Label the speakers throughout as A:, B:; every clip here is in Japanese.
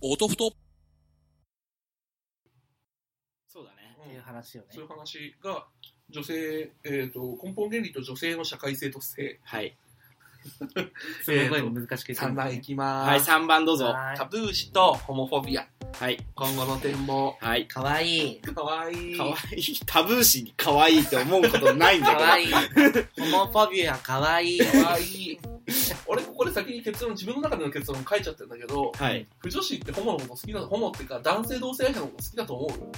A: 音ふと
B: そうだね。
C: うん
B: っていう話をね
C: そうい。う話が、女性、えーと、根本原理と女性の社会性と性。
B: はい。す
C: えーと
B: ごい難しく言って
C: 3
B: る
C: 番いきま
B: はい、
C: す。
B: 3番どうぞ。
C: タブー視とホモフォビア。
B: はい。
C: 今後の展望。
B: はい。
D: かわい い。
C: かわいい。
B: かわいい。 タブー誌に可愛いって思うことないんだ
D: か
B: けど。
D: わい い。ホモフォビアかわいい。
C: かわいい。俺、ここで先に結論、自分の中での結論書いちゃってるんだけど、
B: はい。
C: 不女子ってホモのこと好きな、ホモっていうか、男性同性愛者のこと好きだと思う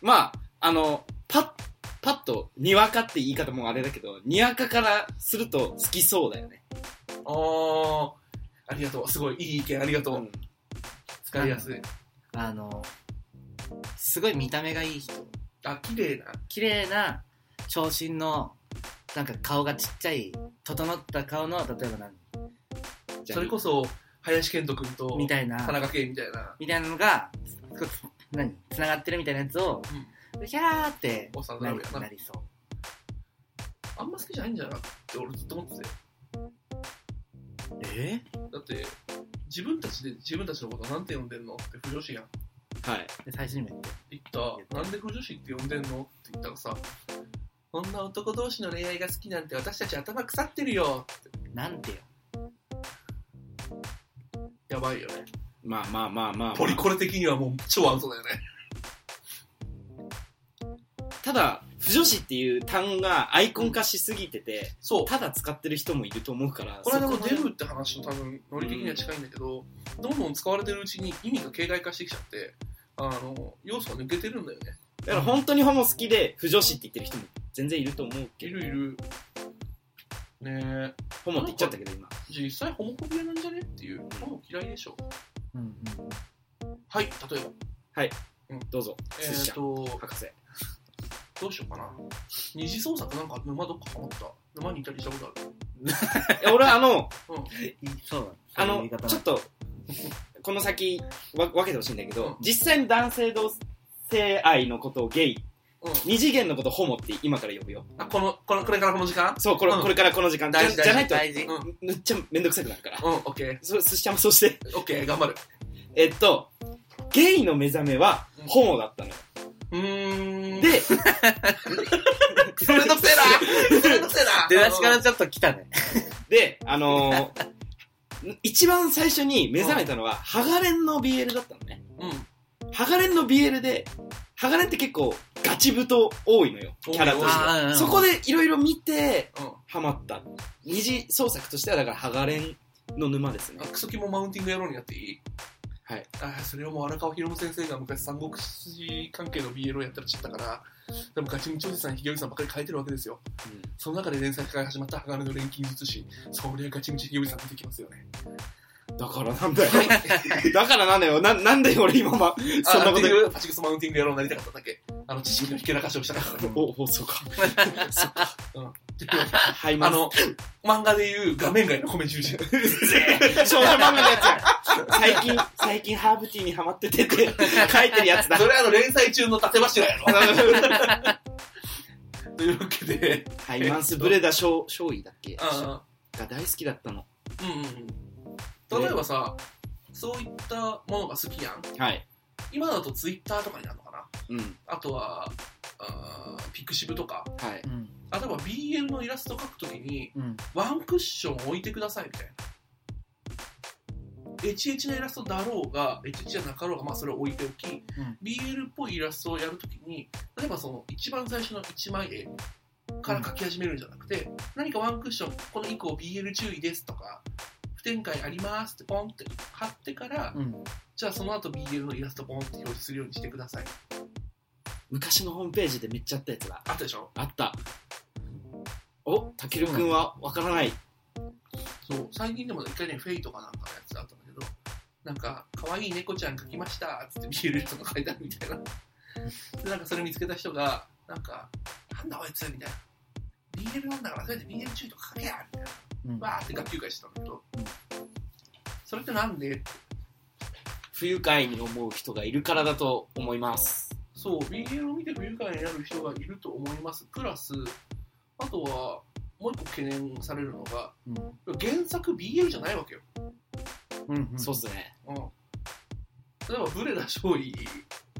B: まあ、あの、パッ、パッと、にわかって言い方もあれだけど、にわかからすると好きそうだよね。
C: あー、ありがとう。すごい、いい意見ありがとう。
B: うん
C: 使いやすい。
D: あの、すごい見た目がいい人。
C: あ、綺麗な。
D: 綺麗な、長身の、なんか顔がちっちゃい、整った顔の、例えば何
B: じゃあ
C: それこそ、林遣都君と、
D: みたい
C: 田
D: な、
C: 中圭みたいな、
D: みたいなのが、こうつ何繋がってるみたいなやつを、キャーって
C: おっさんだ
D: な
C: ろ
D: り
C: うや
D: な
C: な。
D: りそう。
C: あんま好きじゃないんじゃないかなって俺ずっと思ってて。
B: え
C: だって、自分たちで自分たちのことなんて呼んでんのって不女子やん。
B: はい。
D: で最初にも言って
C: 言った、なんで不女子って呼んでんのって言ったらさ、こんな男同士の恋愛が好きなんて私たち頭腐ってるよ。
D: なんてよ。
C: やばいよね。
B: まあまあまあまあまあ、
C: ポリコレ的にはもう超アウトだよね。
B: ただ、不女子っていう単語がアイコン化しすぎてて、
C: そう。
B: ただ使ってる人もいると思うから、
C: これはでも
B: そこ
C: デ
B: の
C: ブって話と多分、ノリ的には近いんだけど、どんどん使われてるうちに意味が形骸化してきちゃって、あの、要素が抜けてるんだよね。
B: だから本当にホモ好きで、不女子って言ってる人も全然いると思う
C: い
B: けど、
C: るいる。ねえ。
B: ホモって言っちゃったけど今。
C: 実際ホモフォビアなんじゃねっていう。ホモ嫌いでしょ。
D: うんうん。
C: はい、例えば。
B: どうぞ、
C: えっ、
B: 辻ちゃん、
C: と、
B: 博士。
C: どうしようかな。二次創作なんか沼どっかハマった。沼にいたりしたことある。
B: え俺は あの、
C: うん
D: そうだ。
B: あ
D: そう
B: の
D: いう言い、方
B: ちょっと、この先、わ分けてほしいんだけ
C: うん
B: ど、実際に男性同性愛のことをゲイ、
C: うん
B: 二次元のことをホモって今から呼ぶよ。
C: あ、この、この、これからこの時間
B: そう、これ,、
C: うん
B: これからこの時間。じゃ
C: 大事大事
B: じゃないと、
D: 大事。
C: うん、
B: めっちゃめんどくさくなるから。
C: うん、オッケー。
B: そ、すしちゃんもそうして。
C: オッケー、頑張る。
B: えっと、ゲイの目覚めは
C: うん
B: ホモだったのよ。
C: う ーん。
B: で、
C: それのせいだそれのせいだ
D: 出だしからちょっと来たね。
B: で、あのー一番最初に目覚めたのは、ハガレンの BL だったのね。
C: うん。
B: ハガレンの BL で、ハガレンって結構ガチ太多いのよ、キャラと
C: 多い
B: して。
D: あー
B: そこ、でいろいろ見て、
C: うん。
B: ハマった。二次創作としては、だからハガレンの沼ですね
C: あ。クソキモマウンティング野郎にやっていい
B: はい。
C: あーそれをもう荒川博先生が昔三国志関係の BL をやってらっしゃったから、でもガチムチおじさん、ひげおじさんばっかり書いてるわけですよ。その中で連載が始まった鋼の錬金術師、そりゃガチムチひげおじさん出てきますよね。
B: だからなんだよ。 だからなんだよ。な、なんで俺今ま、そんな
C: あ
B: こ
C: っ
B: と
C: て
B: 言う。
C: いうパチクソマウンティング野郎になりたかっただけ。あの、知識のひけらかしをしたかっただけ。
B: お、お、そうか。そっか。はい、
C: あ
B: まあ
C: の、
B: の、
C: 漫画でいう画面外の米十字。
B: 少女漫画のやつや。 最近、最近ハーブティーにハマってて って書いてるやつだ
C: そ。れあの連載中の縦柱やろ。というわけで、
B: ハイマンスブレダ少少尉だっけが
C: あ
B: 大好きだったの。
C: ーうんうんうん。例えばさ、そういったものが好きやん。
B: はい。
C: 今だとツイッターとかになるのかな。
B: うん。
C: あとは、あーピクシブとか。
B: はい。
D: うん
C: あとは BL のイラスト描くときに、
D: うん、
C: ワンクッション置いてくださいみたいな。エチエチなイラストだろうが、エチエチじゃなかろうが、まあそれを置いておき、
D: ん
C: BL っぽいイラストをやるときに、例えばその一番最初の一枚絵から描き始めるんじゃなくて、何かワンクッション、この以降 BL 注意ですとか、不展開ありますってポンって貼ってから、
D: うん。
C: じゃあその後 BL のイラストポンって表示するようにしてください。
B: 昔のホームページでめっちゃあったやつだ。
C: あったでしょ
B: あった。お、たけるくんはわからない。
C: そう、最近でも一回ね、フェイとかなんかのやつだったんだけど、なんか、可愛い猫ちゃん描きましたっつって見える人が書いてあるみたいな。で、なんかそれ見つけた人が、なんか、なんだあいつみたいな。BL なんだから、それで BL 中とか書けやみたいな。
D: うん
C: わーって学級会してたんだけど、それってなんで
B: 不愉快に思う人がいるからだと思います。
C: そう、BL を見て不愉快になる人がいると思います。プラス、あとは、もう一個懸念されるのが、
D: うん
C: 原作 BL じゃないわけよ。
D: うんうん
B: そうっすね。
C: うん。例えば、ブレラ勝利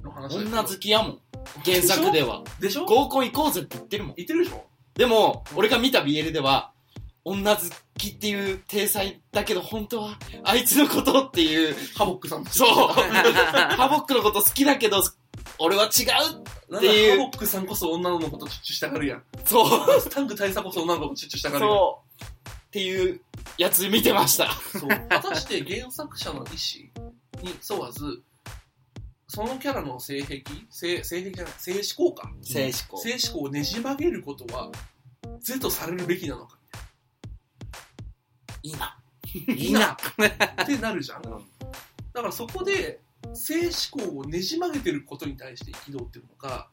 C: の話だけど
B: 女好きやもん。原作 では。
C: でしょ
B: 合コン行こうぜって言ってるもん。
C: 言ってるでしょ
B: でも、俺が見た BL では、女好きっていう体裁だけど、本当は、あいつのことっていう、
C: ハボックさんも
B: そう、ハボックのこと好きだけど、俺は違う
C: なん
B: って
C: だ
B: いう
C: ハボックさんこそ女の子とチュッチュしたがるやん。
B: そう、
C: スタング大佐こそ女の子とチュッチュしたがるやん。
B: そう、っていうやつ見てました。
C: そう果たして原作者の意思に沿わず、そのキャラの性癖性性癖じゃない、性思考か。
B: 性思考。
C: 性思考をねじ曲げることは、是とされるべきなのか。
B: いいな。
D: いいな。
C: ってなるじゃん。だからそこで、性思考をねじ曲げてることに対して憤ってるのか、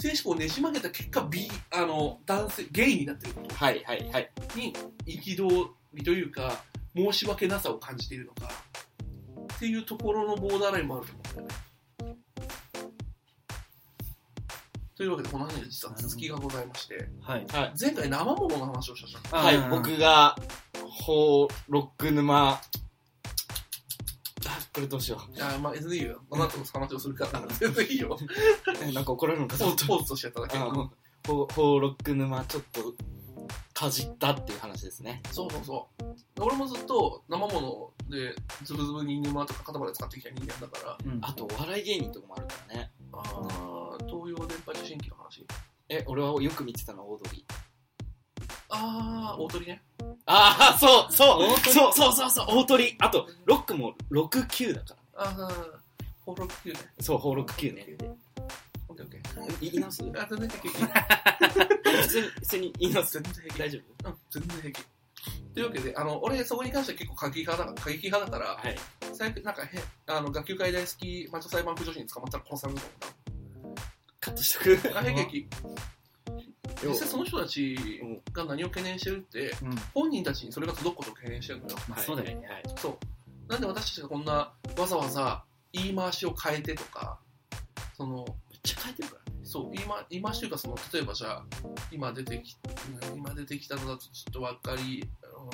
C: 性思考をねじ曲げた結果、B、あの、男性、ゲイになってること
B: はいはいはい。
C: に憤りというか申し訳なさを感じているのかっていうところのボーダーラインもあると思うんだよね。というわけでこの話に実は続きがございまして
D: はい。
C: 前回生ものの話をしたじゃん。
B: はい、僕が、ほう、ロック沼、あ、これどうしよ
C: いやまあ全然いいよ。あなたの話をするから全然い いよ。
B: う。なんか怒られるのか
C: ポ
B: と思
C: ー
B: っ
C: ズ
B: た
C: ポーズとしてやっただけ。
B: あの、ほう、ほうロック沼ちょっと、かじったっていう話ですね。
C: そうそうそう。俺もずっと生ものでズブズブに沼とか肩まで使ってきた人間だから
D: うん
B: あと、お笑い芸人とかもあるからね。
C: あー東洋電波受信機の話
B: え、俺はよく見てたのはオードリー。
C: ああ大鳥ね
B: ああ、そう、そ
D: 大
B: う、
D: 鳥
B: そう、そう、そう、そう、大鳥。あと、ロックも6、9だからね。
C: ああ放浪球ね
B: そう、ほう、6、9ね。
C: オッケーオッケー
B: 言い直す普
C: あ、全然平気。
B: 通に、普通に言い直す。
C: 全然平気。
B: 大丈
C: うん、全然平気。というわけで、あの、俺、そこに関しては結構過激派だ過激派だか
B: 夫
C: ら、
B: はい。
C: 最悪なんか変、あの、学級会大好き、魔女裁判婦女子に捕まったら殺されると思っ
B: カットしとく。
C: た。大変激。
B: よ
C: 実際その人たち
B: うん
C: が何を懸念してるって、
D: うん。
C: 本人たちにそれが届くことを懸念してるのよ。
D: まあ
B: はい
D: そうだよね。
B: はい
C: そう。なんで私たちがこんな、わざわざ言い回しを変えてとか、その、
B: めっちゃ書いてるからね。
C: そう、今、今週か、その、例えばじゃあ、今出てき、うん今出てきたのだとちょっとわかり、うんは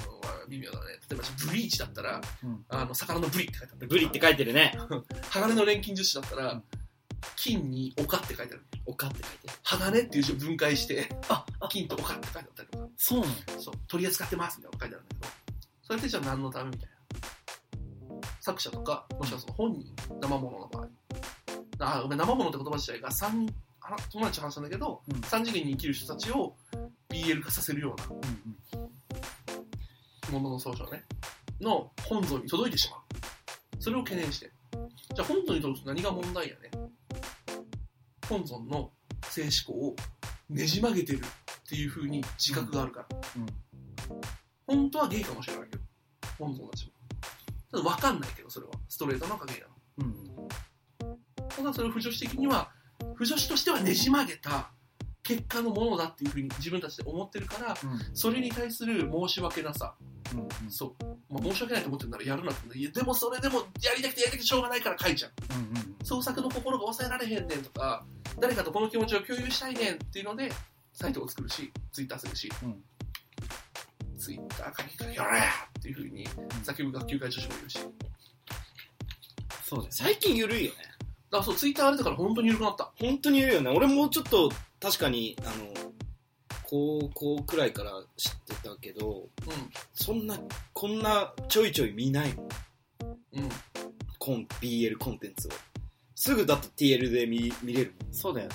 C: 微妙だね。例えばじゃあブリーチだったら、
D: うん
C: あの、魚のブリって書いてある。
B: ブリって書いてるね。
C: 鋼の錬金術師だったら、
D: うん
C: 金に丘って書いてある。
B: おかって書いてる。
C: 鋼っていう字を分解して、金と丘って書いてあったりとか、
D: そうなの
C: そう、取り扱ってますみたいなのが書いてあるんだけど、それってじゃあ何のためみたいな。作者とか、もしくはその本人、生物の場合。あ、ごめん、生物って言葉自体が三、あ友達と話したんだけど、
D: うん
C: 三次元に生きる人たちを BL 化させるような
D: うんうん。
C: ものの総称ね、の本尊に届いてしまう。それを懸念して。じゃあ本尊に届くと何が問題やね。本尊の性思考をねじ曲げてるっていう風に自覚があるから。
D: うん
C: 本当はゲイかもしれないけど、本尊たちも。ただ分かんないけど、それは。ストレートなのかゲイなのか
D: うん
C: ただそれを不女子的には不女子としてはねじ曲げた結果のものだっていうふうに自分たちで思ってるから
D: うん。
C: それに対する申し訳なさ
D: うんうん。
C: そう、まあ、申し訳ないと思ってるならやるなっていやでもそれでもやりたくてやりたくてしょうがないから書いちゃう
D: うんうん
C: 創作の心が抑えられへんねんとか誰かとこの気持ちを共有したいねんっていうのでサイトを作るしツイッターするし、
D: うん
C: ツイッター書き換えやれっていうふうに叫ぶ学級会女子もいるし
D: そうだよね。
B: 最近ゆるいよね。
C: あそうツイッターあれだから本当に緩くなった
B: 本当に言うよね俺もうちょっと確かにあの高校くらいから知ってたけど
C: う
B: そんなこんなちょいちょい見ないもん
C: んうん
B: コン BL コンテンツをすぐだと TL で見見れる
D: そうだよね。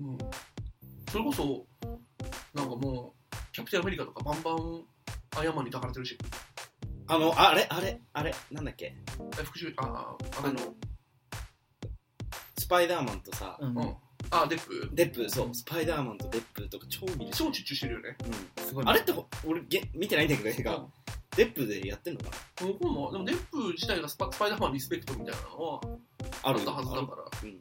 B: もん、うん、
C: うんそれこそ、なんかもう、キャプテンアメリカとかバンバン、アイアンマンに抱かれてるし、
B: あのあれあれあれなんだっけ
C: え復讐、ああ、
B: あのスパイダーマンとさ、
D: うん
C: う。ん。あ、デップ、
B: デップそうスパイダーマンとデップとか超見る
C: 超集中してるよね。
B: う
D: すごい
B: ん、
D: ね。
B: あれってほ俺げ見てないんだけど映画、
C: うん
B: デップでやってんのかな
C: もう今も、でもデップ自体がスパスパイダーマンリスペクトみたいなのは
B: あ
C: あ
B: る
C: ったはずだ
B: あ
C: から、
B: るうん、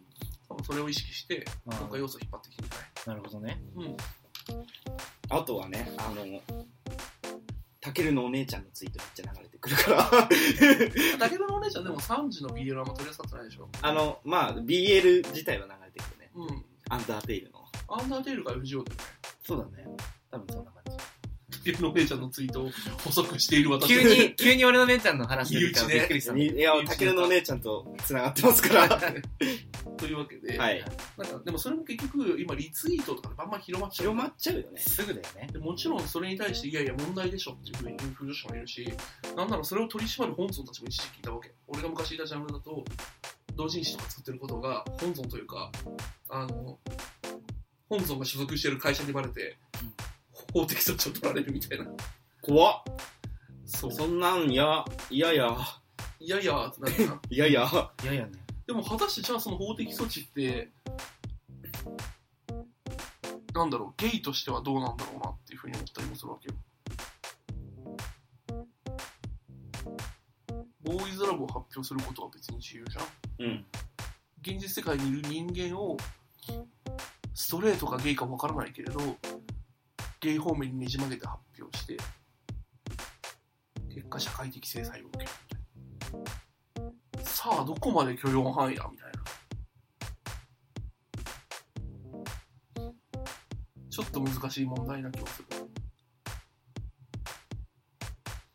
C: 多分それを意識して、
D: あ
C: なんか
D: ー
C: 要素引っ張ってきてな
D: なるほどね。
C: い。うん。
B: あとはね、あの、たけるのお姉ちゃんのツイートめっちゃ流れてくるから。
C: だけどのお姉ちゃん、でも3時の BL はあんま取り扱ってないでしょ。
B: あの、まあ、BL 自体は流れてくるね。
C: うん。
B: アンダーテイルの。
C: アンダーテールが FGO だよね。
D: そうだね。多分そんな感じ。
C: っていうのめいちゃんのツイートを補足している私
D: 急に、急に俺の姉ちゃんの話が出たの
C: 身内ね
D: びっくりした。
B: いや、たけるのお姉ちゃんと繋がってますから。 は
C: というわけで、
B: い。
C: なんかでもそれも結局今リツイートとかでバンバン広まっちゃう
B: 広まっちゃうよね。
D: すぐだよね。
C: でもちろんそれに対していやいや問題でしょっていうふうに言う女子もいるしなんならそれを取り締まる本尊たちも一時期いたわけ俺が昔いたジャンルだと同人誌とか作ってることが本尊というかあの本尊が所属してる会社にバレて
D: うん
C: 法的措置を取られるみたいな
B: 怖っ。
C: そう
B: そんなん、いや、いやいや、
C: いやいやってなるな
B: いやいや。
D: いやいやね。
C: でも果たしてじゃあその法的措置ってなんだろうゲイとしてはどうなんだろうなっていうふうに思ったりもするわけよボーイズラブを発表することは別に自由じゃん
B: うん。
C: 現実世界にいる人間をストレートかゲイかわからないけれどゲイ方面にねじ曲げて発表して結果社会的制裁を受けるみたいなさあどこまで許容範囲だみたいなちょっと難しい問題な気がする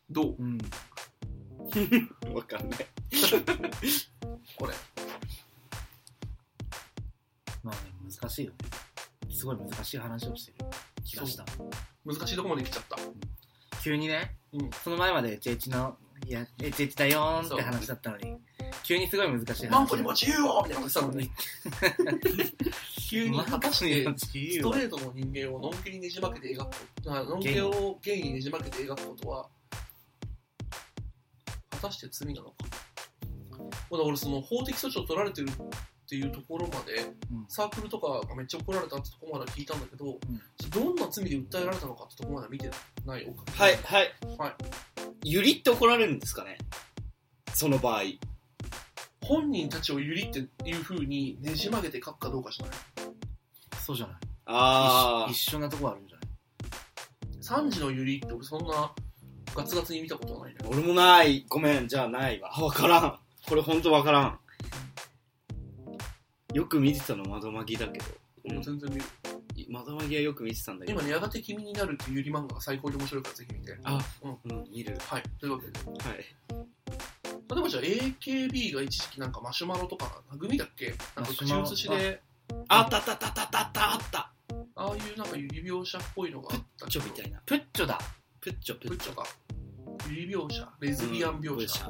C: どう
D: うん。
B: わかんない。
C: これ
D: まあね、難しいよね。すごい難しい話をしてる気がした。
C: 難しいとこまで来ちゃった
D: 急にね、
C: うん
D: その前まで HH の、いや、HH だよーんって話だったのに、急にすごい難しい話。
C: マンコにも自由をみたいなことしたのに急に果たしてス
D: ス
C: トレートの人間をのんきにねじ曲げて描くことあのんきをゲイにねじ曲げて描くことは果たして罪なのかまだ俺その法的措置を取られてるっていうところまで
D: うん
C: サークルとかがめっちゃ怒られたってところまで聞いたんだけど、
D: ん
C: どんな罪で訴えられたのかってところまで見てないよ
B: はい、はい。
C: はい
B: ゆりって怒られるんですかねその場合。
C: 本人たちをゆりっていうふうにねじ曲げて書くかどうかじゃない
D: そうじゃない
B: あ
D: 一緒一緒なとこあるんじゃない
C: 3時のゆりって俺そんなガツガツに見たことはないね
B: ー。俺もない。ごめん、じゃあないわ。わからん。これほんとわからん。よく見てたの窓マギだけど。
C: 俺も全然見る
B: 窓マギはよく見てたんだけど
C: 今。ね、やがて君になるっていうゆり漫画が最高に面白いからぜひ見て。
B: あ、
C: うん。
B: うん、見る。
C: はい。というわけで。
B: はい。
C: 例えばじゃあ AKB が一時期なんかマシュマロとか、グミだっけなんか口
D: マ
C: 移
D: シ
C: し
D: ュマロ
C: で、
B: あったあったあったあったあったあった。
C: ああいうなんか指描写っぽいのがあったけ
B: ち
C: ど
B: ょみたいな。
D: プッチョだ
B: プッチョプ
C: プ
B: ッ
C: ッ
B: チ
C: チョか。指描写、レズ
B: ョ。
C: ビアン描
B: うん
C: 写。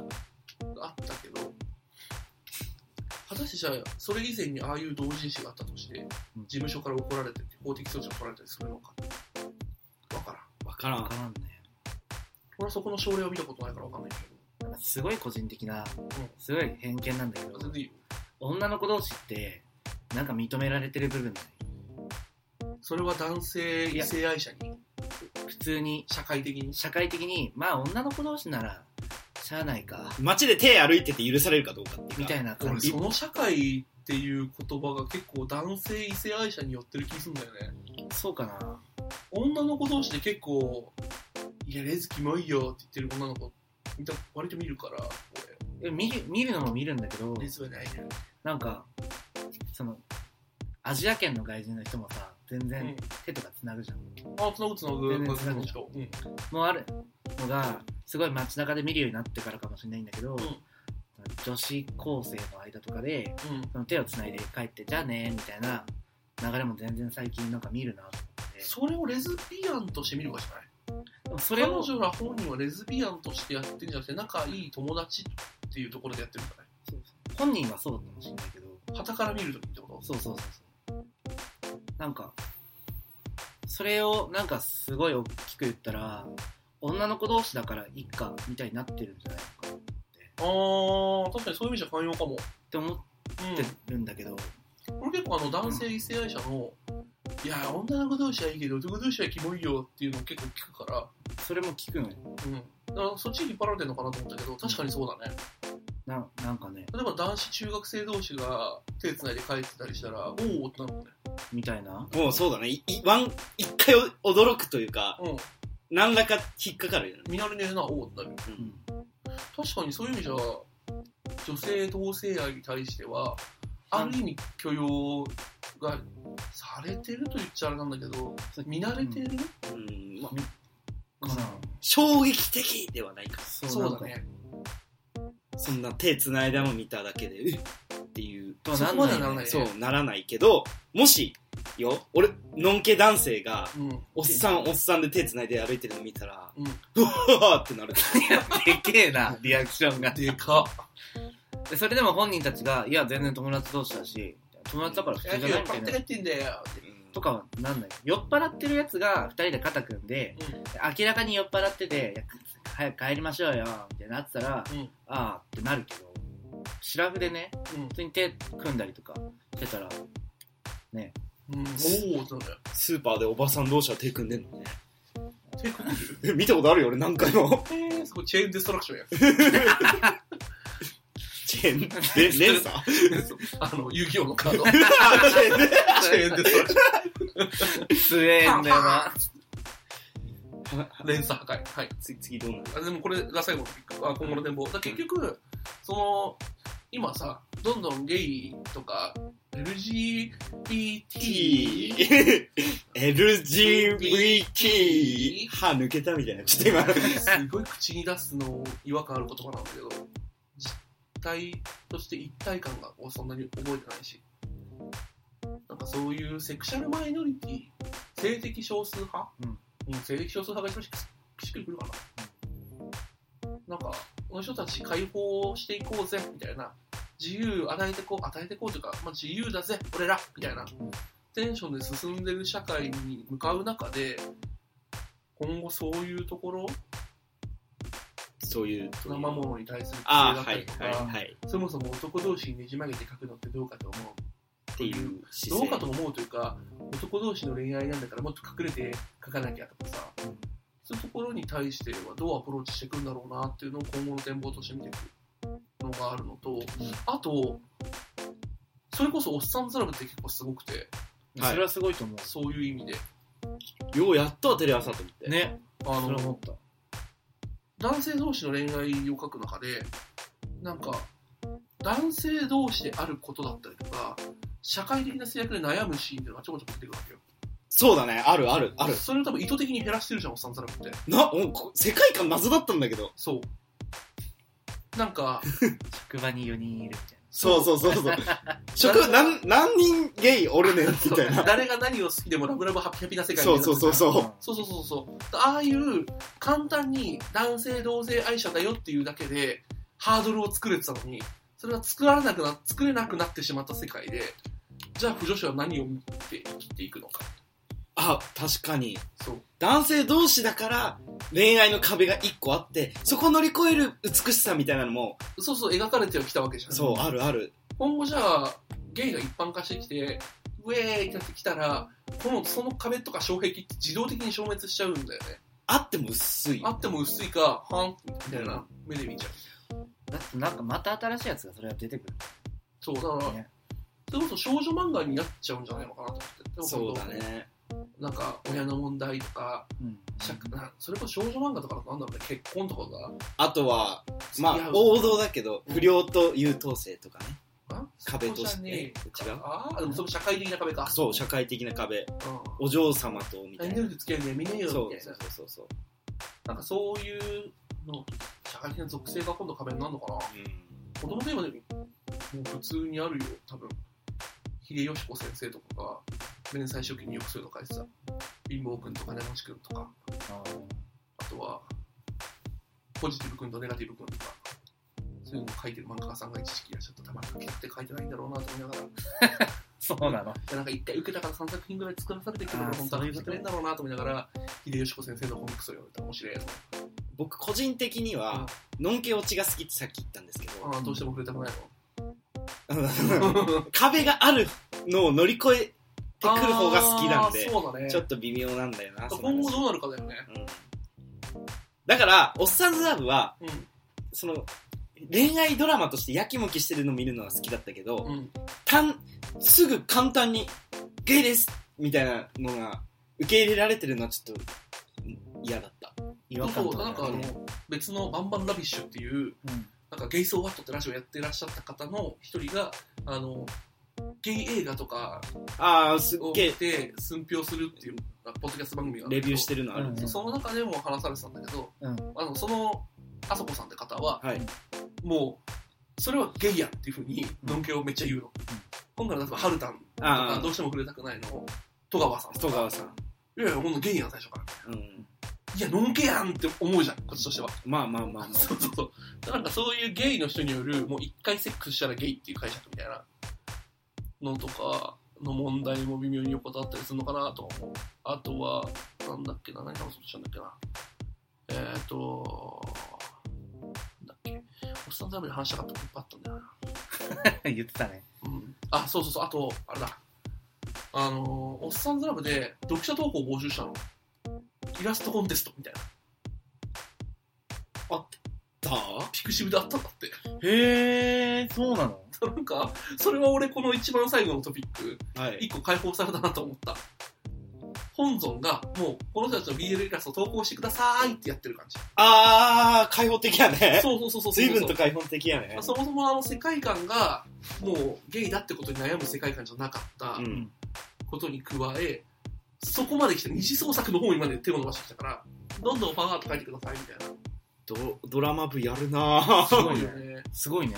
C: があったけど、果たしてじゃあ、それ以前にああいう同人誌があったとして、
D: うん
C: 事務所から怒られて、法的措置が怒られたりするのか。わからん。
B: わから
D: わ
B: ん
D: か。らんね
C: 俺はそこの症例を見たことないからわかんないけ
D: なんかすごい個人的なすごい偏見なんだけ
C: ど、
D: ど
C: 全然いいよ。
D: 女の子同士ってなんか認められてる部分ない
C: それは男性異性愛者に
D: 普通に
C: 社会的に
D: 社会的にまあ女の子同士ならしゃあないか
B: 街で手歩いてて許されるかどうかっていうか。
D: みたいな感
C: 俺
D: じ
C: その社会っていう言葉が結構男性異性愛者に寄ってる気すんだよね
D: そうかな
C: 女の子同士で結構「いやレズキもいいよ」って言ってる女の子見た割と見るから
D: え見る見るのも見るんだけど
C: 俺レズはないね
D: なんかそのアジア圏の外人の人もさ全
C: う
D: 然
C: ん
D: 手とかつなぐじゃん、
C: あつなぐつなぐ
D: 全然つなぐ
C: うん
D: もうあるのがすごい街中で見るようになってからかもしれないんだけど、
C: ん
D: 女子高生の間とかで
C: うん
D: その手をつないで帰ってじゃあねみたいな流れも全然最近なんか見るなと
C: それをレズビアンとして見るかじゃない
D: 思ってそ
C: 彼
D: れを
C: 女ら本人はレズビアンとしてやってるんじゃなくて仲いい友達っていうところでやってるんじゃない
D: 本人はそうかもしれないけど
C: 傍から見るときってこと
D: そうそうそうそうなんかそれをなんかすごい大きく言ったら女の子同士だからいっかみたいになってるんじゃないのか
C: あ
D: っ
C: あ確かにそういう意味じゃ寛容かも、
D: て思っ
C: うん
D: てるんだけど、
C: 俺結構あの男性異性愛者の、いや女の子同士はいいけど男同士はキモいよっていうのを結構聞くから,、
D: それも聞くのよ
C: うん、だからそっちに引っ張られてるのかなと思ったけど確かにそうだね
D: ななんかね
C: 例えば男子中学生同士が手つないで帰ってたりしたらおおってなるもんね
D: みたいな
B: もうそうだね。いいワン、一回お驚くというか、
C: うん
B: 何らか引っかかるよね。
C: 見慣れねえなおおってなる
D: うん
C: 確かにそういう意味じゃ女性同性愛に対してはある意味許容がされてると言っちゃあれなんだけど見慣れてる、
B: うん、まあ、衝撃的ではないか
D: そう
C: そう
D: なん
C: だ
D: か
C: ね。
B: そんな手繋いだの見ただけでうっっていう
D: とは
C: そ
D: な
C: こ
D: ん
C: ま
D: な
C: で
D: い
C: ならないね。
B: そうならないけどもしよ俺のんけ男性が
C: うん。
B: おっさんおっさんで手繋いで歩いてるの見たら
C: うん。
B: うわーってなる
D: でけえなリアクションが
C: でか
D: でそれでも本人たちがいや全然友達同士だし友達だから
C: っ。
D: 普
C: 野
D: 通じ
C: 球
D: ゃな
C: や
D: い
C: っ
D: み
C: ぱ
D: た
C: って
D: いな
C: やってんだよ。
D: とかはなんない酔っ払ってるやつが2人で肩組んで明らかに酔っ払ってていや「早く帰りましょうよ」みたいになってたら「
C: うん
D: ああ」ってなるけどシラフでね
C: うん
D: 普通に手組んだりとかしてたら
C: うん。うん。おお、そうだよ。
B: スーパーでおばさん同士は手組んでんのね
C: 手組んでる
B: え 見たことあるよ俺何 回も
C: えー、そこチェーンデストラク ションや。
B: チェーンレレー サ ー
C: あの、遊戯王のカー ド。
B: あチェーンね
C: チェーンデストラクシ
D: 強えんだよな
C: ョン。連鎖破壊。はい。
B: つ次どうなる
C: あでもこれが最後のピックあ今後の展望。だから結局、その、今さ、どんどんゲイとか、LGBT
B: LGBT 歯抜けたみたいなちょっと今
C: すごい口に出すの違和感ある言葉なんだけど実体として一体感がそんなに覚えてないしなんかそういうセクシャルマイノリティ性的少数派、
D: うん
C: うん性的少数派が一番しっくりくるかな、なんかこの人たち解放していこうぜみたいな自由与えてこう与えてこうというか、まあ、自由だぜ俺らみたいなテンションで進んでる社会に向かう中で今後そういうところ
B: そういう
C: 生ものに対する
B: ああ
C: 規制だっ
B: は
C: たりとか、
B: いはいはい
C: そもそも男同士にねじ曲げて書くのってどうかと思う
B: っていう姿
C: どう
B: 勢
C: かと思うというか男同士の恋愛なんだからもっと隠れて書かなきゃとかさ、そういうところに対してはどうアプローチしていくんだろうなっていうのを今後の展望として見ていくのがあるのと、あとそれこそおっさんずラブって結構すごくて
B: はい
D: それはすごいと思
C: そういう意味で
B: ようやっとテレ朝と思って
D: うね
C: あ
D: それは
C: の
D: 思った
C: 男性同士の恋愛を書く中でなんか男性同士であることだったりとか社会的な制約で悩むシーンっていうのがちょこちょこ出てくるわけよ
B: そうだねあるあるある
C: それを多分意図的に減らしてるじゃん、おっさんサラブって。
B: なおこ世界観謎だったんだけど
C: そう。なんか、
D: 職場に4人いるみたい
B: そうそうそう そう職何何人ゲイおるねん みたいな
C: 誰が何を好きでもラブラブハピハピな世界
B: そうそうそう
C: う。
D: な
B: そう
C: そうそうそうそう。ああいう、簡単に男性同性愛者だよっていうだけで、ハードルを作れてたのに、それが作られなくな、作れなくなってしまった世界で、じゃあ、腐女子は何を見て生きていくのか。
B: あ確かに
C: そう。
B: 男性同士だから恋愛の壁が一個あってそこ乗り越える美しさみたいなのも
C: そうそう、描かれてはきたわけじゃん。
B: そうあるある
C: 今後じゃあゲイが一般化してきてウェーイってなってきたらこのその壁とか障壁って自動的に消滅しちゃうんだよね
B: あっても薄い
C: あっても薄いかはんみたいな目で見ちゃう
D: だってなんかまた新しいやつがそれは出てくる
C: そうだから、
D: ね
C: それこそ少女漫画になっちゃうんじゃないのかなと思ってでも
B: そうだね
C: なんか親の問題とか
D: うん
C: 社なそれこそ少女漫画とかだとなんだろうね結婚とかが
B: あとはま
C: 付き合
B: あ
C: う
B: 王道だけど不良と優等生とかね
C: あ
B: 壁と
C: そ
B: し
C: こじゃ
B: て
C: ね
B: 違
C: え
B: う
C: ああでもそれ社会的な壁か
B: そう社会的な壁
C: う
B: お嬢様とみ
C: ん
B: たい
C: エ
B: な
C: ネルギーつけるのやめねえよ
B: そう
C: みたい
B: そ
C: な
B: うそうそうそう
C: なんかそういうの社会的な属性が今度壁になるのかな
B: うん
C: 子供でもねもう普通にあるよ多分秀吉子先生とかが連載初期によくそういうの書いてた貧乏君と金持ち君とか
D: あ
C: あとはポジティブ君とネガティブ君とかそういうのを書いてる漫画家さんが一時期いらっしゃったたまに書きたくて書いてないんだろうなと思いながらい
D: そうなの
C: やなんか一回受けたから3作品ぐらい作らされてくるの
D: あー
C: 本当は書
D: そういう
C: き
D: こ
C: た
D: と
C: くないんだろうなと思いながら秀吉子先生のコミックスを読めたら面白いやつ
B: 僕個人的にはのんけ落ちが好きってさっき言ったんですけ
C: あーどうしても触れたくない
B: ど
C: の
B: 壁があるのを乗り越えてくる方が好きなんで
C: あーそうだね
B: ちょっと微妙なんだよなその
C: 今後
B: 話
C: どうなるかだよね
B: うんだから「おっさんずラブ」は
C: う
B: その恋愛ドラマとしてやきもきしてるの見るのは好きだったけど、
C: んうん
B: たんすぐ簡単に「ゲイです!」みたいなのが受け入れられてるのはちょっと嫌だった
D: 違和
C: そう
D: 感
C: そう
D: と
C: なんかあ
D: か
C: の
D: ね
C: 別の「バンバンラビッシュ」っていう
D: うん
C: なんかゲイソーワットってラジオやってらっしゃった方の一人があのゲイ映画とか
B: ああ、すっ
C: を
B: げ
C: 見
B: え、
C: て寸評するっていうポッドキャスト番組がある
B: レ
C: けど
B: ビューしてるのある。
D: うん
C: その中でも話されてたんだけど、
D: うん
C: あのそのあそこさんって方は、
B: はい
C: もうそれはゲイやっていうふうに
D: うん
C: のんけをめっちゃ言うの、今回の例えばハルタンと
B: あ
C: か
B: あ
C: どうしても触れたくないのを戸川さんとか
B: 戸川さん
C: いやいやほんとゲイやん最初から
B: うん。
C: いやのんけやんって思うじゃんこっちとしては
B: まあまあまあま
C: そうそうそうだからそういうゲイの人によるもう一回セックスしたらゲイっていう解釈みたいなのとかの問題も微妙に横たわったりするのかなとは思うあとはなんだっけな何話そうとしたんだっけなえっ、ー、となんだっけおっさんのために話したかったこといっぱいあったんだよな
D: 言ってたね。
C: うんあ、そうそうそう、あと、あれだ。あのー、おっさんずラブで読者投稿を募集したの。イラストコンテストみたいな。あったピクシブであったんだって。
D: へえ、そうなの
C: なんか、それは俺この一番最後のトピック、
B: あ。はい。
C: 一個解放されたなと思った。本尊が、もう、この人たちの BL イラスト投稿してくださいってやってる感じ。
B: ああ、開放的やね。
C: そうそうそうそうそう。
B: 随分と開放的やね
C: まあ。そもそもあの世界観がもうゲイだってことに悩む世界観じゃなかった
B: うん
C: ことに加え、そこまで来て二次創作の方にまで手を伸ばしてきたからどんどんファンアート書いてくださいみたいな
B: ドドラマ部やるなぁ。
D: すごい
C: よ
D: ね。
C: ね
D: すごいね。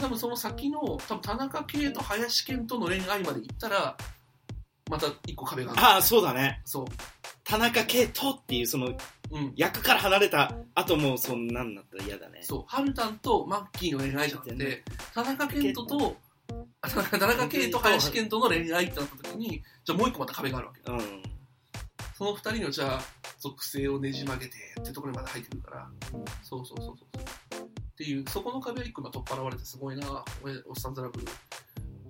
C: 多分その先の多分田中圭と林健との恋愛まで行ったらまた一個壁がある
B: ああ、そうだね。
C: そ
B: 田中圭とっていう、その、
C: ううん
B: 役から離れた後も、そんなんなったら嫌だね。
C: そう春タンとマッキーの恋愛じゃなくて田中健人とあ田中田中圭と林健との恋愛ってなった時にじゃあもう一個また壁があるわけ
B: うん。
C: その二人のじゃあ属性をねじ曲げてってところまで入ってくるから、そうそうそうそうっていうそこの壁を一個今取っ払われてすごいな俺おっさんずラブ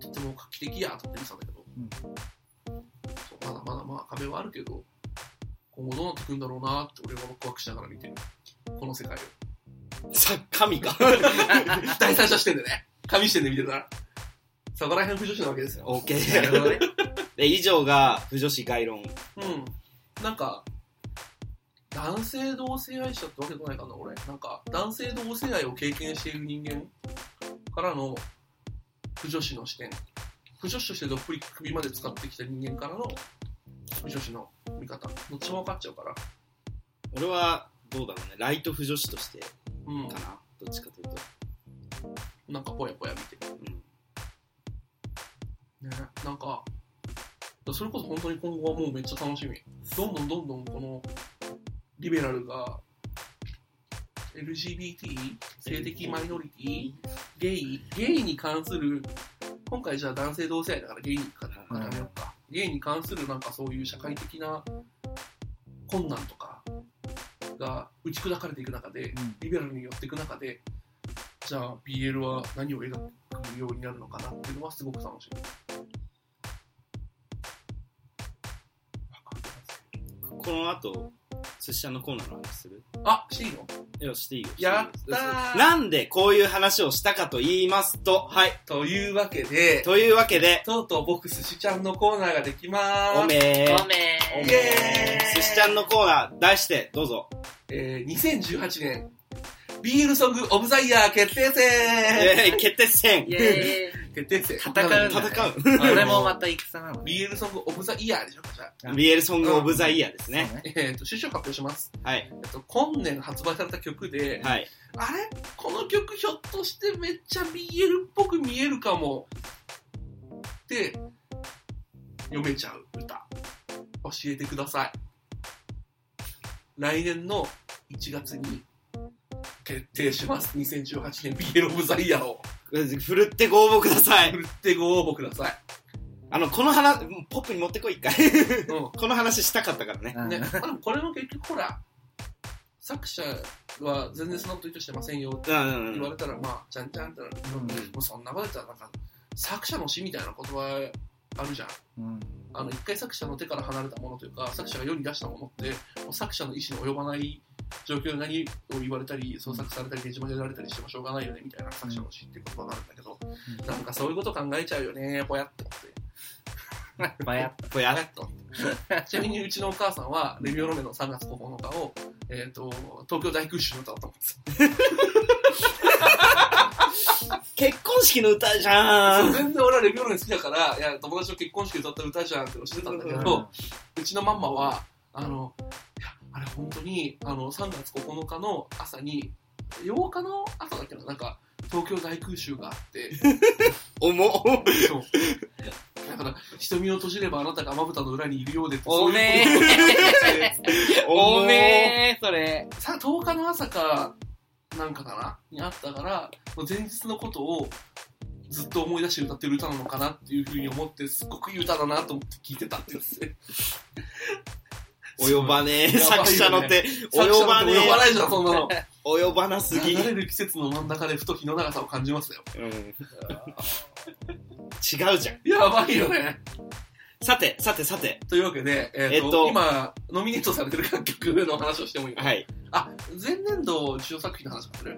C: とっても画期的やと思って見てたんだけど、そうまだまだまあ壁はあるけど今後どうなってくんだろうなって俺はワクワクしながら見てるこの世界を
B: さ、神 か。
C: 第三者視点でね紙視点で見てるからそこら辺浮上してるわけですよ
B: OK。なるほどね。で、以上が、不女子概論。
C: うん。なんか、男性同性愛者ってわけじゃないかな、俺。なんか、男性同性愛を経験している人間からの、不女子の視点。不女子としてどっぷり首まで使ってきた人間からの、不女子の見方。どっちも分かっちゃうから。
B: 俺は、どうだろうね。ライト不女子として、か
C: う
B: な。どっちかというと。
C: ん。なんか、ぽやぽや見てる。
B: うん。
C: ね。なんか、それこそ本当に今後はもうめっちゃ楽しみ。どんどんどんどんこの、リベラルが、LGBT? 性的マイノリティゲイゲイに関する今回じゃあ男性同性愛だからゲイにか
B: うん
C: 固めようか、ゲイに関するなんかそういう社会的な困難とかが打ち砕かれていく中で
D: うん
C: リベラルに寄っていく中でじゃあ BL は何を描くようになるのかなっていうのはすごく楽しみ。
B: この後、寿司屋のコーナーの話する
C: あ、していいの
B: いや、していいよ。
C: やったー
B: なんでこういう話をしたかと言いますと、はい。
C: というわけで、
B: というわけで、
C: とうとう僕、寿司ちゃんのコーナーができまーす。
B: おめー。
D: め
B: お
C: イ
B: め
C: エーイ
B: ー。寿司ちゃんのコーナー、題して、どうぞ。
C: えー、2018年、BL ソングオブザイヤー決定戦
B: えー、決定戦。
D: イエーイ
C: 決定戦。
D: 戦うんだ
B: 戦う。
C: あの
D: これもまた戦なのね
C: BL ソングオブザイヤーでしょじゃあ。
B: BL ソングオブザイヤーですね。
D: そう
C: えっ、と、首相発表します。
B: はい。
C: えっと、今年発売された曲で、
B: はい。
C: あれこの曲ひょっとしてめっちゃ BL っぽく見えるかも。って、読めちゃう歌。教えてください。来年の1月に決定します。2018年 BL オブザイヤーを。
B: ふるってご応募ください
C: 振。ってご応募ください。
B: あの、この話、ポップに持ってこい、一回。
C: うん。
B: この話したかったからね。
D: うん
C: ね、まあでもこれも結局ほら、作者は全然そんなこと意図してませんよって
B: うんう
C: 言
B: んう
C: わ
B: ん。
C: れたら、まあ、ちゃんちゃんってなる。
D: う
C: もうそんなこと言ったら、なんか、作者の死みたいな言葉あるじゃん。
D: んうん
C: あの、一回作者の手から離れたものというか、作者が世に出したものって、もう作者の意思の及ばない状況に何を言われたり、創作されたり、ねじ曲げられたりしてもしょうがないよね、みたいな作者の死っていう言葉があるんだけど、
D: うん
C: なんかそういうこと考えちゃうよね、ほやっとって。
D: まあやっ
B: これや
C: あれと ちなみにうちのお母さんは、レミオロメンの3月9日を、えっ、と、東京大空襲の歌だと思って
B: 結婚式の歌じゃん。
C: 全然俺はレビオロメン好きだから、いや、友達の結婚式歌った歌じゃんって教えてたんだけ
D: うん
C: ど、うちのママは、あの、いや、あれ本当に、あの、3月9日の朝に、8日の朝だっけな、なんか、東京大空襲があって、
B: 重っ。
C: そう。だから、瞳を閉じればあなたがまぶたの裏にいるようでって
D: お
C: そういう
D: めえ。お
B: 重え。
D: めえ、それ。
C: さ、10日の朝か、なんかかなにあったから、もう前日のことをずっと思い出して歌ってる歌なのかなっていうふうに思って、すっごくいい歌だなと思って聞いてたんですね。
B: 及ばねえ。
C: やばいよね
B: 作者の手。及
C: 及
B: ば
C: ば
B: ね
C: ねえ。
B: え
C: 及ばないじゃん、そんなの。
B: 及ばなすぎ。
C: 流れる季節の真ん中でふと日の長さを感じますよ。
B: うん。違うじゃん。
C: やばいよね。
B: さて、さて、さて。
C: というわけで、えっ、と、
B: えっと
C: 今、ノミネートされてる楽曲の話をしてもいい、
B: はい。
C: あ、前年度受賞作品の話もする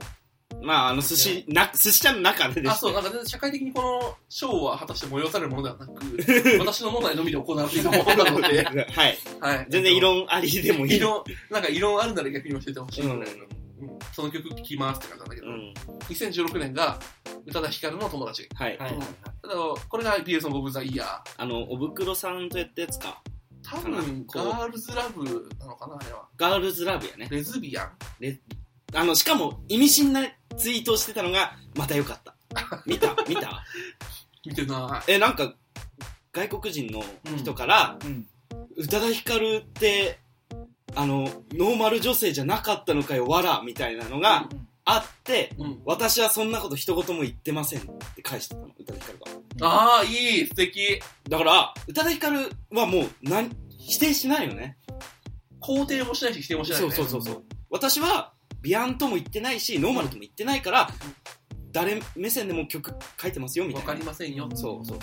B: まあ、あの、寿司、な、寿司ちゃんの中でで
C: あ、
B: す。
C: そう、なんか全然社会的にこの賞は果たして催されるものでは なく、私の脳内のみで行われているものなので、
B: はい。
C: はい。
B: 全然異論ありでもい
C: 異
B: い。
C: 論、なんか異論あるなら逆に教えてほしいぐらいの、
B: う
C: うんその曲聴きますって感じなんだけど、
B: ん。
C: 2016年が宇多田ヒカルの友達。
B: はい。
D: はいはいはい。
C: あとこれが BS のボブ・ザ・イヤー。
B: あの、おぶくろさんとやったやつか。
C: 多分、ガールズラブなのかなあれは。
B: ガールズラブやね。
C: レズビアン
B: あの、しかも、意味深なツイートをしてたのが、またよかった。見た見た
C: 見てな
B: え、なんか、外国人の人から、
D: うん。
B: 宇多田ヒカルって、あの、ノーマル女性じゃなかったのかよ、わら、みたいなのがあって、
C: い。うん。
B: 私はそんなこと一言も言ってませんって返してたの、宇多田ヒカルが。
C: ああ、いい、素敵。
B: だから、宇多田ヒカルはもう、なん、否定しないよね。
C: 肯定もしないし否定もしない、
B: そ
C: ね。
B: うそうそうそう。私は、ビアンとも言ってないし、ノーマルとも言ってないから、誰目線でも曲書いてますよ、み
C: わ
B: た
C: か
B: い
C: り
B: な。
C: ませんよ。
B: そうそう。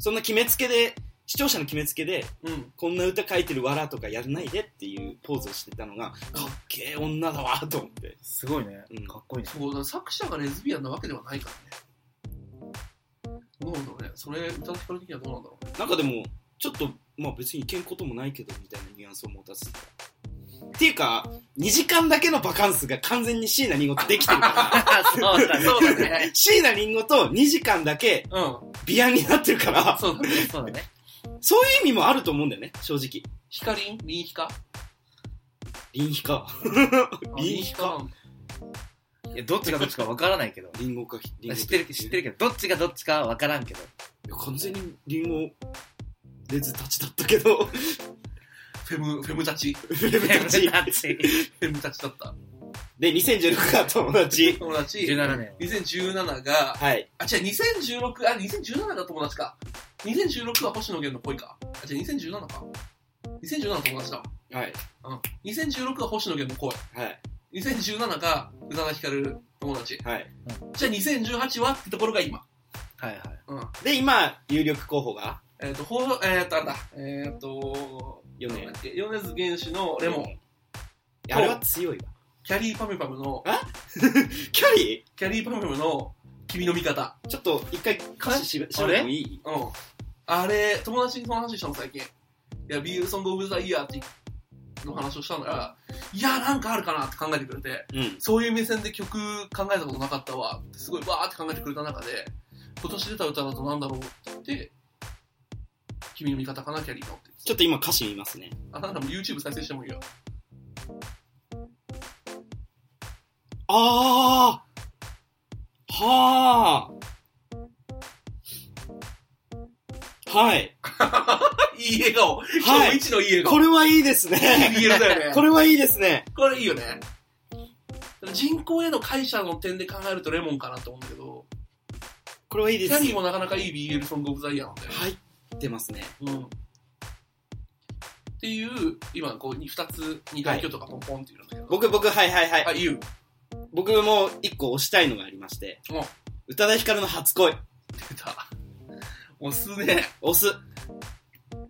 B: そんな決めつけで、視聴者の決めつけで、
C: うん。
B: こんな歌書いてるわらとかやらないでっていうポーズをしてたのが、かっけえ女だわ、と思って。
D: すごいね
B: うん。
D: かっこいいね。
C: そうだから作者がレズビアンなわけではないからね。どうなんだろうね。それ、歌ヒカル的にはどうなんだろうね。
B: なんかでも、ちょっと、まあ別にいけんこともないけど、みたいなニュアンスを持たせてた。っていうか、2時間だけのバカンスが完全に椎名林檎とできてるか
D: そうだね。
C: そうだね
B: ら。。椎名林檎と2時間だけ
C: うん。
B: ビアンになってるから、
C: そうだね。
D: そうだね。
B: そういう意味もあると思うんだよね、正直。
C: ヒカリンミンヒカ
B: リンヒ か。リンヒカ。
D: いや、どっちがどっちかわからな いけど。
B: リンゴか、リンゴ
D: 知ってる、知って
B: る。
D: るけど、どっちがどっちかわからんけど。
B: いや完全にリンゴ、レズたちだったけど、
C: フェム、フェムたち。フ
B: レズた ち。
C: ェムたちだった。
B: で、2016が友達。
C: 友達。
D: 17年。
C: 2017が、
B: はい。
C: あ、違う、2016、あ、2017が友達か。2016は星野源の恋か。あ、違う、2017か。2017の友達だ
B: はい。
C: わ。うん。2016は星野源の
B: はい。
C: 恋。2017が宇多田ヒカル友達。
B: はい。
C: じゃあ2018はってところが今。
D: はいはい。
C: うん。
B: で、今、有力候補が
C: えっ、と、ほう、えっ、と、あんだ。えっ、と、
B: 4
C: なん
B: 年。
C: だっけ米津玄師のレモン。
B: いや。あれは強いわ。
C: キャリーパムパムの、
B: キャリ
C: キャリーパムパムの君の味方。
B: ーちょっと一回歌詞しし
D: あ
B: ゃ
D: れ
B: べもいい
C: うん。あれ、友達にその話したの、最近。いや、ビールソングオブザイヤーっての話をしたなら、いや、なんかあるかなって考えてくれて、
B: うん。
C: そういう目線で曲考えたことなかったわって、すごいわーって考えてくれた中で、今年出た歌だとなんだろうって言って、君の味方かな、キャリーのって
B: ちょっと今歌詞見ますね。
C: あ、なんだもう YouTube 再生してもいいよ。
B: あーはーはい。
C: いい笑顔。
B: は
C: 今
B: い
C: 日一のいい笑顔。
B: これはいいですね。
C: いい笑顔だよね。
B: これはいいですね。
C: これいいよね。人口への解釈の点で考えるとレモンかなと思うんだけど、
B: これはいい
C: キ
B: です。
C: ャリー
B: 入
C: もなかなかいい BL ソングオブザイヤーなんだよね。
B: ってますね。
C: うん。っていう、今こうに2つ、2大挙とかポンポンっていうのだけど。
B: 僕、僕、はいはいはい。
C: あ、言う。
B: 僕も一個押したいのがありまして
C: お。
B: 宇多田ヒカルの初恋。
C: 出た。おすすね。
B: 押す。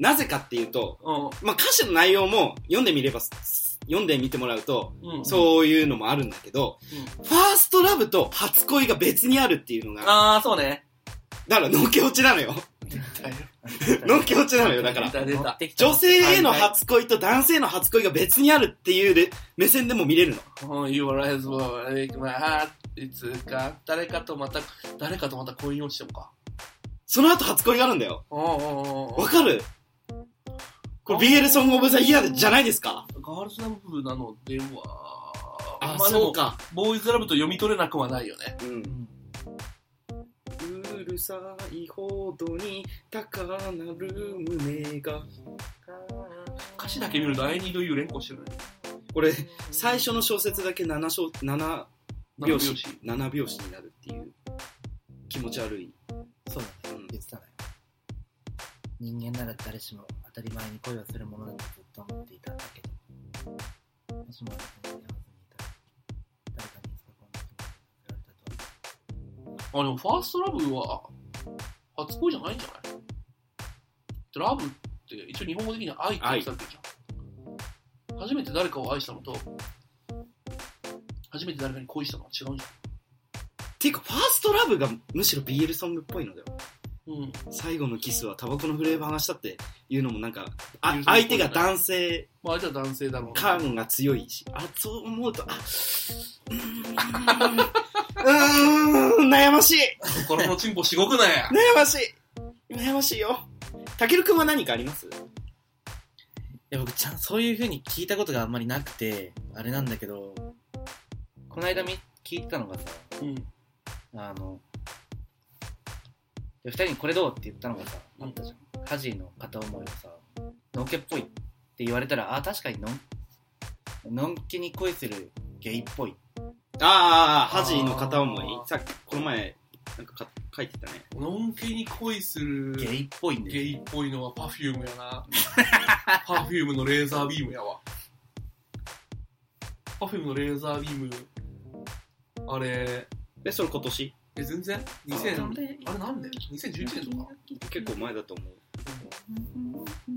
B: なぜかっていうと、
C: うん。
B: まあ、歌詞の内容も読んでみれば、読んでみてもらうと、
C: うん。
B: そういうのもあるんだけど、ファーストラブと初恋が別にあるっていうのが、
C: あー、そうね。
B: だから、のけ落ちなのよ。のんき落ちなのよ、だから。
C: 出た。
D: てきた
B: 女性への初恋と男性への初恋が別にあるっていうレ目線でも見れるの。
C: Oh, your eyes will make my heart. いつか、誰かとまた、誰かとまた恋に落ちてもか。
B: その後初恋があるんだよ。
C: おうおうおう
B: わかるこれ BL ソングオブザイヤーじゃないですか
C: ガールズラブなのでは、
B: あ、
C: まあで
B: そう
C: も、
B: か。
C: ボーイズラブと読み取れなくはないよね。
B: うん
D: う。ん
B: うるさいほどに高なる胸が。
C: 歌詞だけ見ると、I need you 連呼してるね。
B: これ、最初の小説だけ7小、7拍子、7拍子になるっていう気持ち悪い。
D: そうだね
B: うん。
D: 言ってたね。人間なら誰しも当たり前に恋をするものだとずっと思っていたんだけど、もしも私に会わずにいたら、誰かにいつかこんな気持ちにさせられたとは
C: あ、でも、ファーストラブは、初恋じゃないんじゃないラブって、一応日本語的には愛って言ってたわけじゃん。初めて誰かを愛したのと、初めて誰かに恋したのは違うんじゃ
B: ていうか、ファーストラブがむしろ BL ソングっぽいのだよ。
C: ないうん。
B: 最後のキスはタバコのフレーバー話したっていうのもなんか、あ
C: 友情っぽい
B: 相手が男性
C: まあ、相手は男性だろうな。
B: 感が強いし、あ、そう思うと、あ、うーん、うーん悩ましい
C: 心のチンポしごくない
B: 悩ましい悩ましいよ。たけるくんは何かあります
D: いや僕ちゃんそういう風に聞いたことがあんまりなくてあれなんだけどこの間み聞いたのがさ
C: うん。
D: あので二人にこれどうって言ったのがさあったじゃん家事の片思いをさのんけっぽいって言われたらあ確かにのんのんけに恋するゲイっぽい
B: ああ、ハジの片思い
C: あ。ー
B: さっき、この前、なんかか書いてたね。
C: のんけに恋する
D: ゲイっぽいんだ
C: ゲ
D: よ
C: イっぽいのはパフュームやな。パフュームのレーザービームやわ。パフュームのレーザービーム、あれ、
B: え、それ今年
C: え、全然
D: なん
C: ?2000、
D: で
C: あれなんで ?2011 年とか
B: 結構前だと思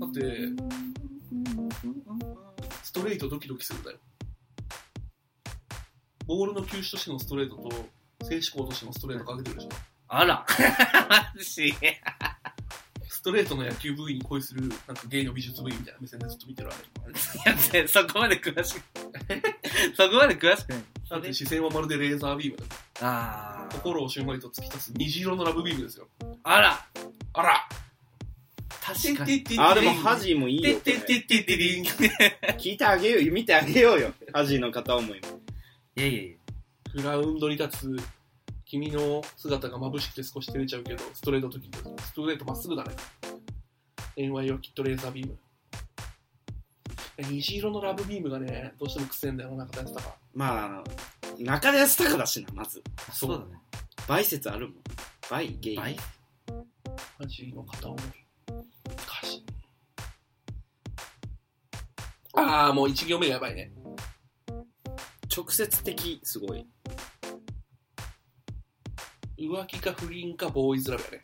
B: う。
C: だって、ストレートドキドキするだよ。ボールの球種としてのストレートと、静止行としてのストレートかけてるでしょ。
D: あらマジ
C: ストレートの野球部員に恋する、なんかゲイの美術部員みたいな目線でずっと見てるあれ。
D: いやそこまで詳しくそこまで詳しくない
C: だって視線はまるでレーザービームだよ。
D: あー
C: 心をしんまりと突き出す虹色のラブビームですよ。
D: あら
C: あら
D: 確かに
B: あ
C: あ
B: ー、でもハジもいいよ。これ聞いてあげようよ。見てあげようよ。ハジの片思いも。
D: いやいやいや
C: グラウンドに立つ君の姿が眩しくて少し照れちゃうけど、ストレート時ストレートまっすぐだね。NY はきっとレーザービーム。虹色のラブビームがね、どうしても癖んだよ、お腹出したか
B: まあ、あの、中田康隆だしな、まず。
D: そうだね
B: バイ説あるもん。バイ、ゲイ。
D: 倍
C: ら。ジの片思い。歌詞。ああ、もう一行目がやばいね。
B: 直接的、すご い。
C: 浮気か不倫かボーイズラブやね。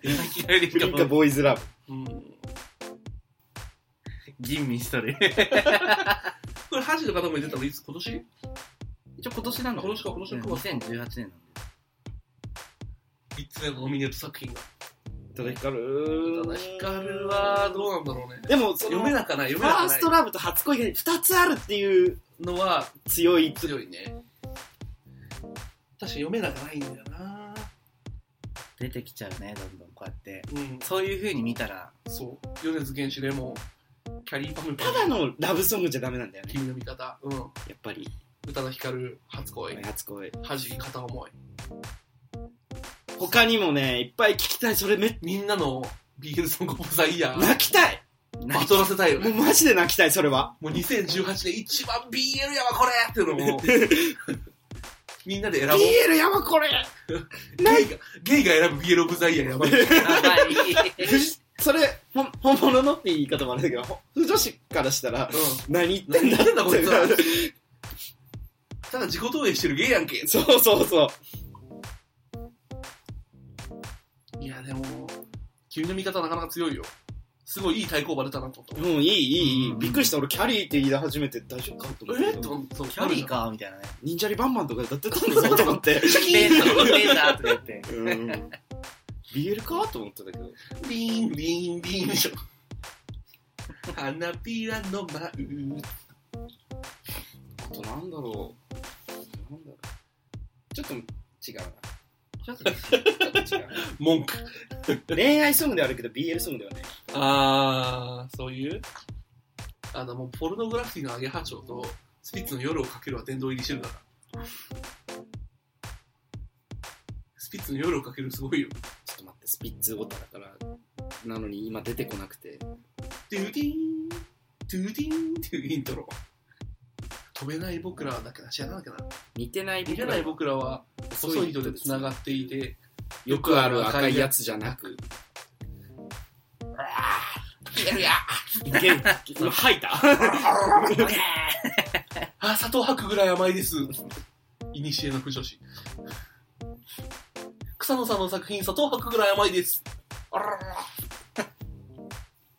B: プリンカボーイズラブ。
C: うん。
D: 吟味しとる
C: これ、ハジの方も出たのいつ今年
D: 一応今年なの
C: 今年か今年の9月
D: 2018年なんで
C: いつ目のノミネート作品が。
B: 宇多田ヒカル。
C: 宇多田ヒカルはどうなんだろうね。
B: でも、その
C: 読めなかない、読
B: フ
C: めな
B: ァ
C: か
B: ー
C: な
B: ス
C: い
B: トラブと初恋が2つあるっていう
C: のは
B: 強い。
C: 強いね。確か読めなかないんだよな。
D: 出てきちゃうねどんどんこうやって
C: うん。
D: そういう風に見たら
C: そう。米津玄師レモン、キャリーパムパ
B: ただのラブソングじゃダメなんだよね。
C: 君の味方、うん。
B: やっぱり。
C: 宇多田ヒカル、初恋、
B: 初恋。
C: 恥じ片思い。
B: 他にもね、いっぱい聞きたい。それめっ
C: みんなのビールソングオブザイヤー、
B: 泣きたい
C: バトらせたいよ
B: もう
C: ね。
B: マジで泣きたい、それは。
C: もう2018年一番 BL やわ、これっていうのも、 みんなで選ぼう。
B: BL やばこれ
C: ゲイが、ゲイが選ぶ BL オブザイヤーやばい。
B: それ、ほん本物のって言い方もあるんだけど、ほ不女子からしたら、
C: う
B: 何言っ
C: ん。
B: てん
C: 何言
B: だ
C: ってんだこいつ
B: っ
C: は
B: て。
C: ただ自己投影してるゲイやんけ。
B: そうそうそう。
C: いや、でも、君の味方なかなか強いよ。すごいいい対抗馬出たなと思っ。
B: うん、いい、いい、いい。
D: うん
B: びっくりした。俺、キャリーって言い出始めて大丈夫かと思った
C: え
B: て
C: っ。と、そう、
D: キャリー。かみたいなね
B: 忍者リバンマンとか歌ってたんだぞと思って。
D: シャキーンとレーザーとか言って
B: うん。 BL かと思ったんだけど。
C: ビーン、ビーン、ビーンで しょ。花びらの舞う。
B: あとなんだろう。なんだろう。ちょっと違うな。
D: ちょっと違う
B: ちょっと違うな
C: 文句。
B: 恋愛ソングではあるけど BL ソングではない。
C: あー、そういうあの、もう、ポルノグラフィティのアゲハチョウと、スピッツの夜をかけるは殿堂入りしてるから。スピッツの夜をかけるすごいよ。
B: ちょっと待って、スピッツオタだから。なのに今出てこなくて。
C: ドゥーディーン、ドゥーディーンっていうイントロ。飛べない僕らはだっけな、知らなきゃな。
B: 似てない
C: 見れない僕らは、細い糸で繋がっていて、
B: よくある赤いやつじゃなく。いける今吐いた
C: あ、砂糖吐くぐらい甘いです。いにしえの不女子。草野さんの作品、砂糖吐くぐらい甘いです。あららら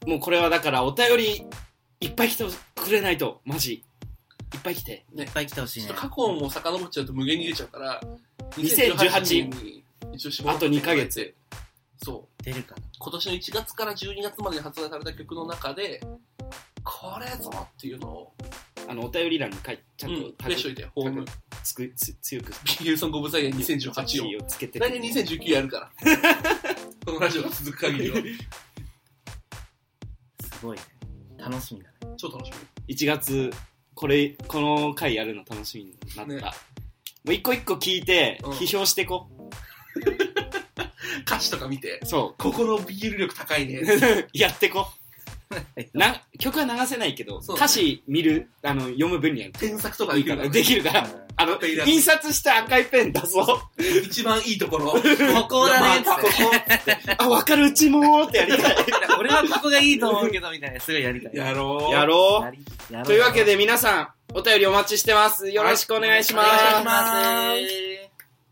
B: もうこれはだからお便りいっぱい来てくれないと、マジ。いっぱい来て。
D: いっぱい来てほしい
C: ちょっ
D: ね
C: と。過去も遡っちゃうと無限に出ちゃうから、
B: 2018
C: に一応絞
B: あ
C: って
B: と2ヶ。月。
C: そう。
D: 出るかな。
C: 今年の1月から12月までに発売された曲の中で、これぞっていうのを、
B: あの、お便り欄に書いちゃ
C: うん
B: と
C: ん、プレイしといて、ホーム。
B: つくつ強く
C: ビルソング・オブ・ザ・イヤー2018を。
B: をつけて
C: 来年2019やるから。このラジオが続く限りは。
D: すごいね。楽しみだね。
C: 超楽し
B: 1月これこの回やるの楽しみになった、
C: ね
B: もう一個一個聞いて
C: うん
B: 批評していこう、
C: み。歌詞とか見て、
B: そ
C: ここのビール力高いね。
B: う やってこうな曲は流せないけど、
C: そうね
B: 歌詞見るあの読む分には
C: 添削とか
B: い
C: で
B: い
C: き
B: か
C: るからら、
B: できるから
D: うん
B: あの
C: ペイラ
B: 印刷した赤いペン出そう
C: 一番いいところ。こ
D: こだね
C: ここ。
B: あ分かるうちもーってやりたい
D: 俺はここがいいと思うけど、みたいな。すごいやりたい。
C: やろう。
B: やろ
D: やりやろ
B: うというわけで皆さんお便りお待ちしてますよろしくお願いします、
D: お願いします。